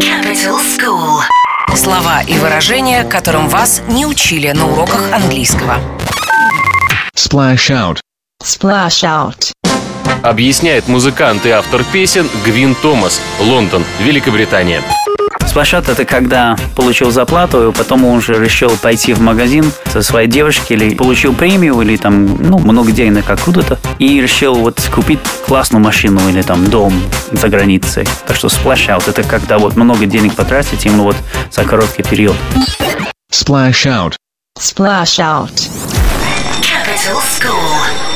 Capital School. Слова и выражения, которым вас не учили на уроках английского. Splash out. Splash out. Объясняет музыкант и автор песен Гвин Томас, Лондон, Великобритания. Спашат это когда получил заплату, и потом он уже решил пойти в магазин со своей девушкой или получил премию, или там, ну, много денег откуда-то, и решил вот купить классную машину или там дом за границей. Так что splash out это когда вот много денег потратить именно вот за короткий период. Splash out. Splash out. Capital School.